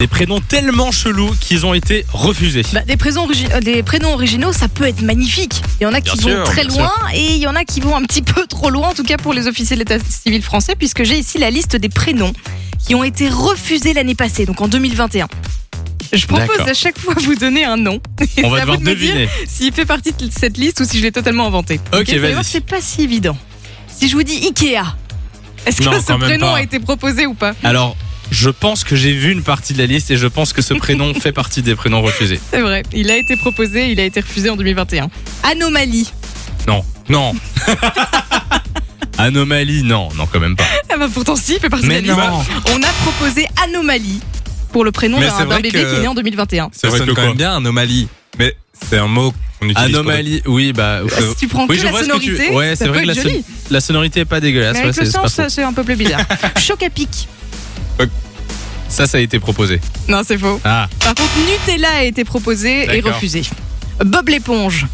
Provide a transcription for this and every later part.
Des prénoms tellement chelous qu'ils ont été refusés. Bah, des, présents origi- euh, des prénoms originaux, ça peut être magnifique. Il y en a qui Bien vont sûr, très bien loin et il y en a qui vont un petit peu trop loin, en tout cas pour les officiers de l'état civil français, puisque j'ai ici la liste des prénoms qui ont été refusés l'année passée, donc en 2021. Je propose D'accord. à chaque fois vous donner un nom. Et On va c'est à vous devoir de me dire deviner. s'il fait partie de cette liste ou si je l'ai totalement inventé. Ok, vous allez vas-y. voir, C'est pas si évident. Si je vous dis Ikea, est-ce Non, que ce quand même prénom pas. a été proposé ou pas Alors, je pense que j'ai vu une partie de la liste et je pense que ce prénom fait partie des prénoms refusés. C'est vrai, il a été proposé, il a été refusé en 2021. Anomalie. Non, non. Anomalie, non, non, quand même pas. Ah bah pourtant si, il fait partie Mais de la liste. non. On a proposé Anomalie pour le prénom Mais d'un c'est d'un vrai bébé que- qui est né en 2021. Ça Ça sonne sonne quand quoi même bien anomalie. Mais c'est un mot qu'on utilise. pour Anomalie, oui, bah. euh, Si tu prends oui, que je la vois ce que tu- sonorité, ouais, ça c'est peut vrai être que la son- joli. Bah, la sonorité est pas Mais dégueulasse. ouais, avec c'est le c'est pas sens, faux. ça, c'est un peu plus bizarre. Choc à pic. ça, ça a été proposé. Non, c'est faux. Ah, Par contre, Nutella a été proposé et D'accord. refusé. Bob l'éponge. de-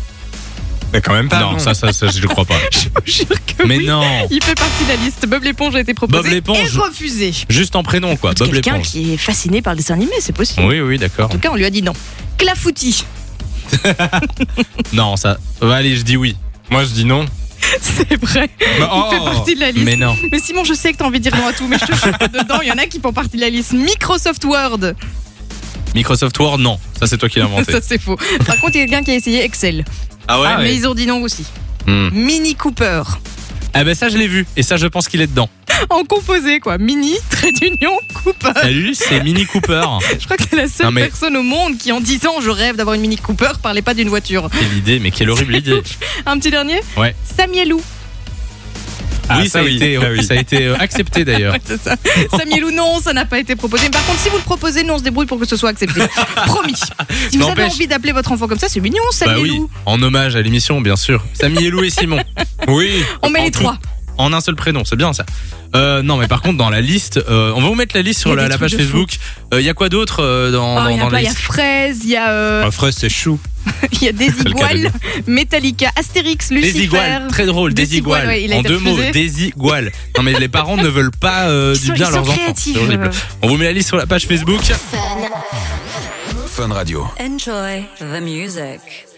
Mais quand même pas. non, ça, ça, ça, je le crois pas. Je vous jure que Mais oui. non, Il fait partie de la liste. Bob l'éponge a été Bob proposé l'éponge. et refusé. juste en prénom, quoi. Bob Quelqu'un l'éponge. qui est fasciné par le dessin animé, c'est possible. Oui, oui, d'accord. En tout cas, on lui a dit non. Clafoutis. Non, ça. Ouais, allez, je dis oui. Moi je dis non. C'est vrai. Bah, oh. Il fait partie de la liste. Mais non. Mais Simon, je sais que t'as envie de dire non à tout, mais je te jure que dedans, il y en a qui font partie de la liste. Microsoft Word, Microsoft Word, non. Ça, c'est toi qui l'as inventé. ça c'est faux. Par contre, il y a quelqu'un qui a essayé Excel, Ah ouais, mais ils ont dit non aussi. Hmm. Mini Cooper, Ah ben ça je l'ai vu et ça je pense qu'il est dedans. en composé quoi. Mini, trait d'union, Cooper. Salut, c'est Mini Cooper. Je crois que c'est la seule Non, mais- personne au monde qui, en disant je rêve d'avoir une Mini Cooper, parlait pas d'une voiture. Quelle idée, mais quelle horrible idée. Un petit dernier Ouais. Samielou. Ah, oui, ça, ça a oui, été, ça oui. ça a été euh, accepté d'ailleurs. Ouais, c'est ça. Samielou, non, ça n'a pas été proposé. Mais par contre, si vous le proposez, nous on se débrouille pour que ce soit accepté. Promis. Si vous avez N'empêche- envie d'appeler votre enfant comme ça, c'est mignon, Bah Samielou. oui, en hommage à l'émission bien sûr. Samy Elou et Simon. Oui. On met En les tout- trois. En un seul prénom, c'est bien ça. Euh, non mais par contre dans la liste, euh, on va vous mettre la liste Il y sur a la, des la trucs page de fou. Facebook. Euh, Il y a quoi d'autre euh, dans, Oh, dans- il y a dans Ah. pas, la il y a liste Fraise, il y a, euh, Ma fraise c'est chou. il y a des le cas de iguales, Metallica, Astérix, Des Lucifer. iguales, très drôle, des Désigual, iguales. ouais, il a en été deux mots, refusé. des iguales. Non mais les parents ne veulent pas euh, Ils du sont- bien à ils leurs sont enfants. créatifs. C'est horrible. On vous met la liste sur la page Facebook. Fun Radio. Enjoy the music.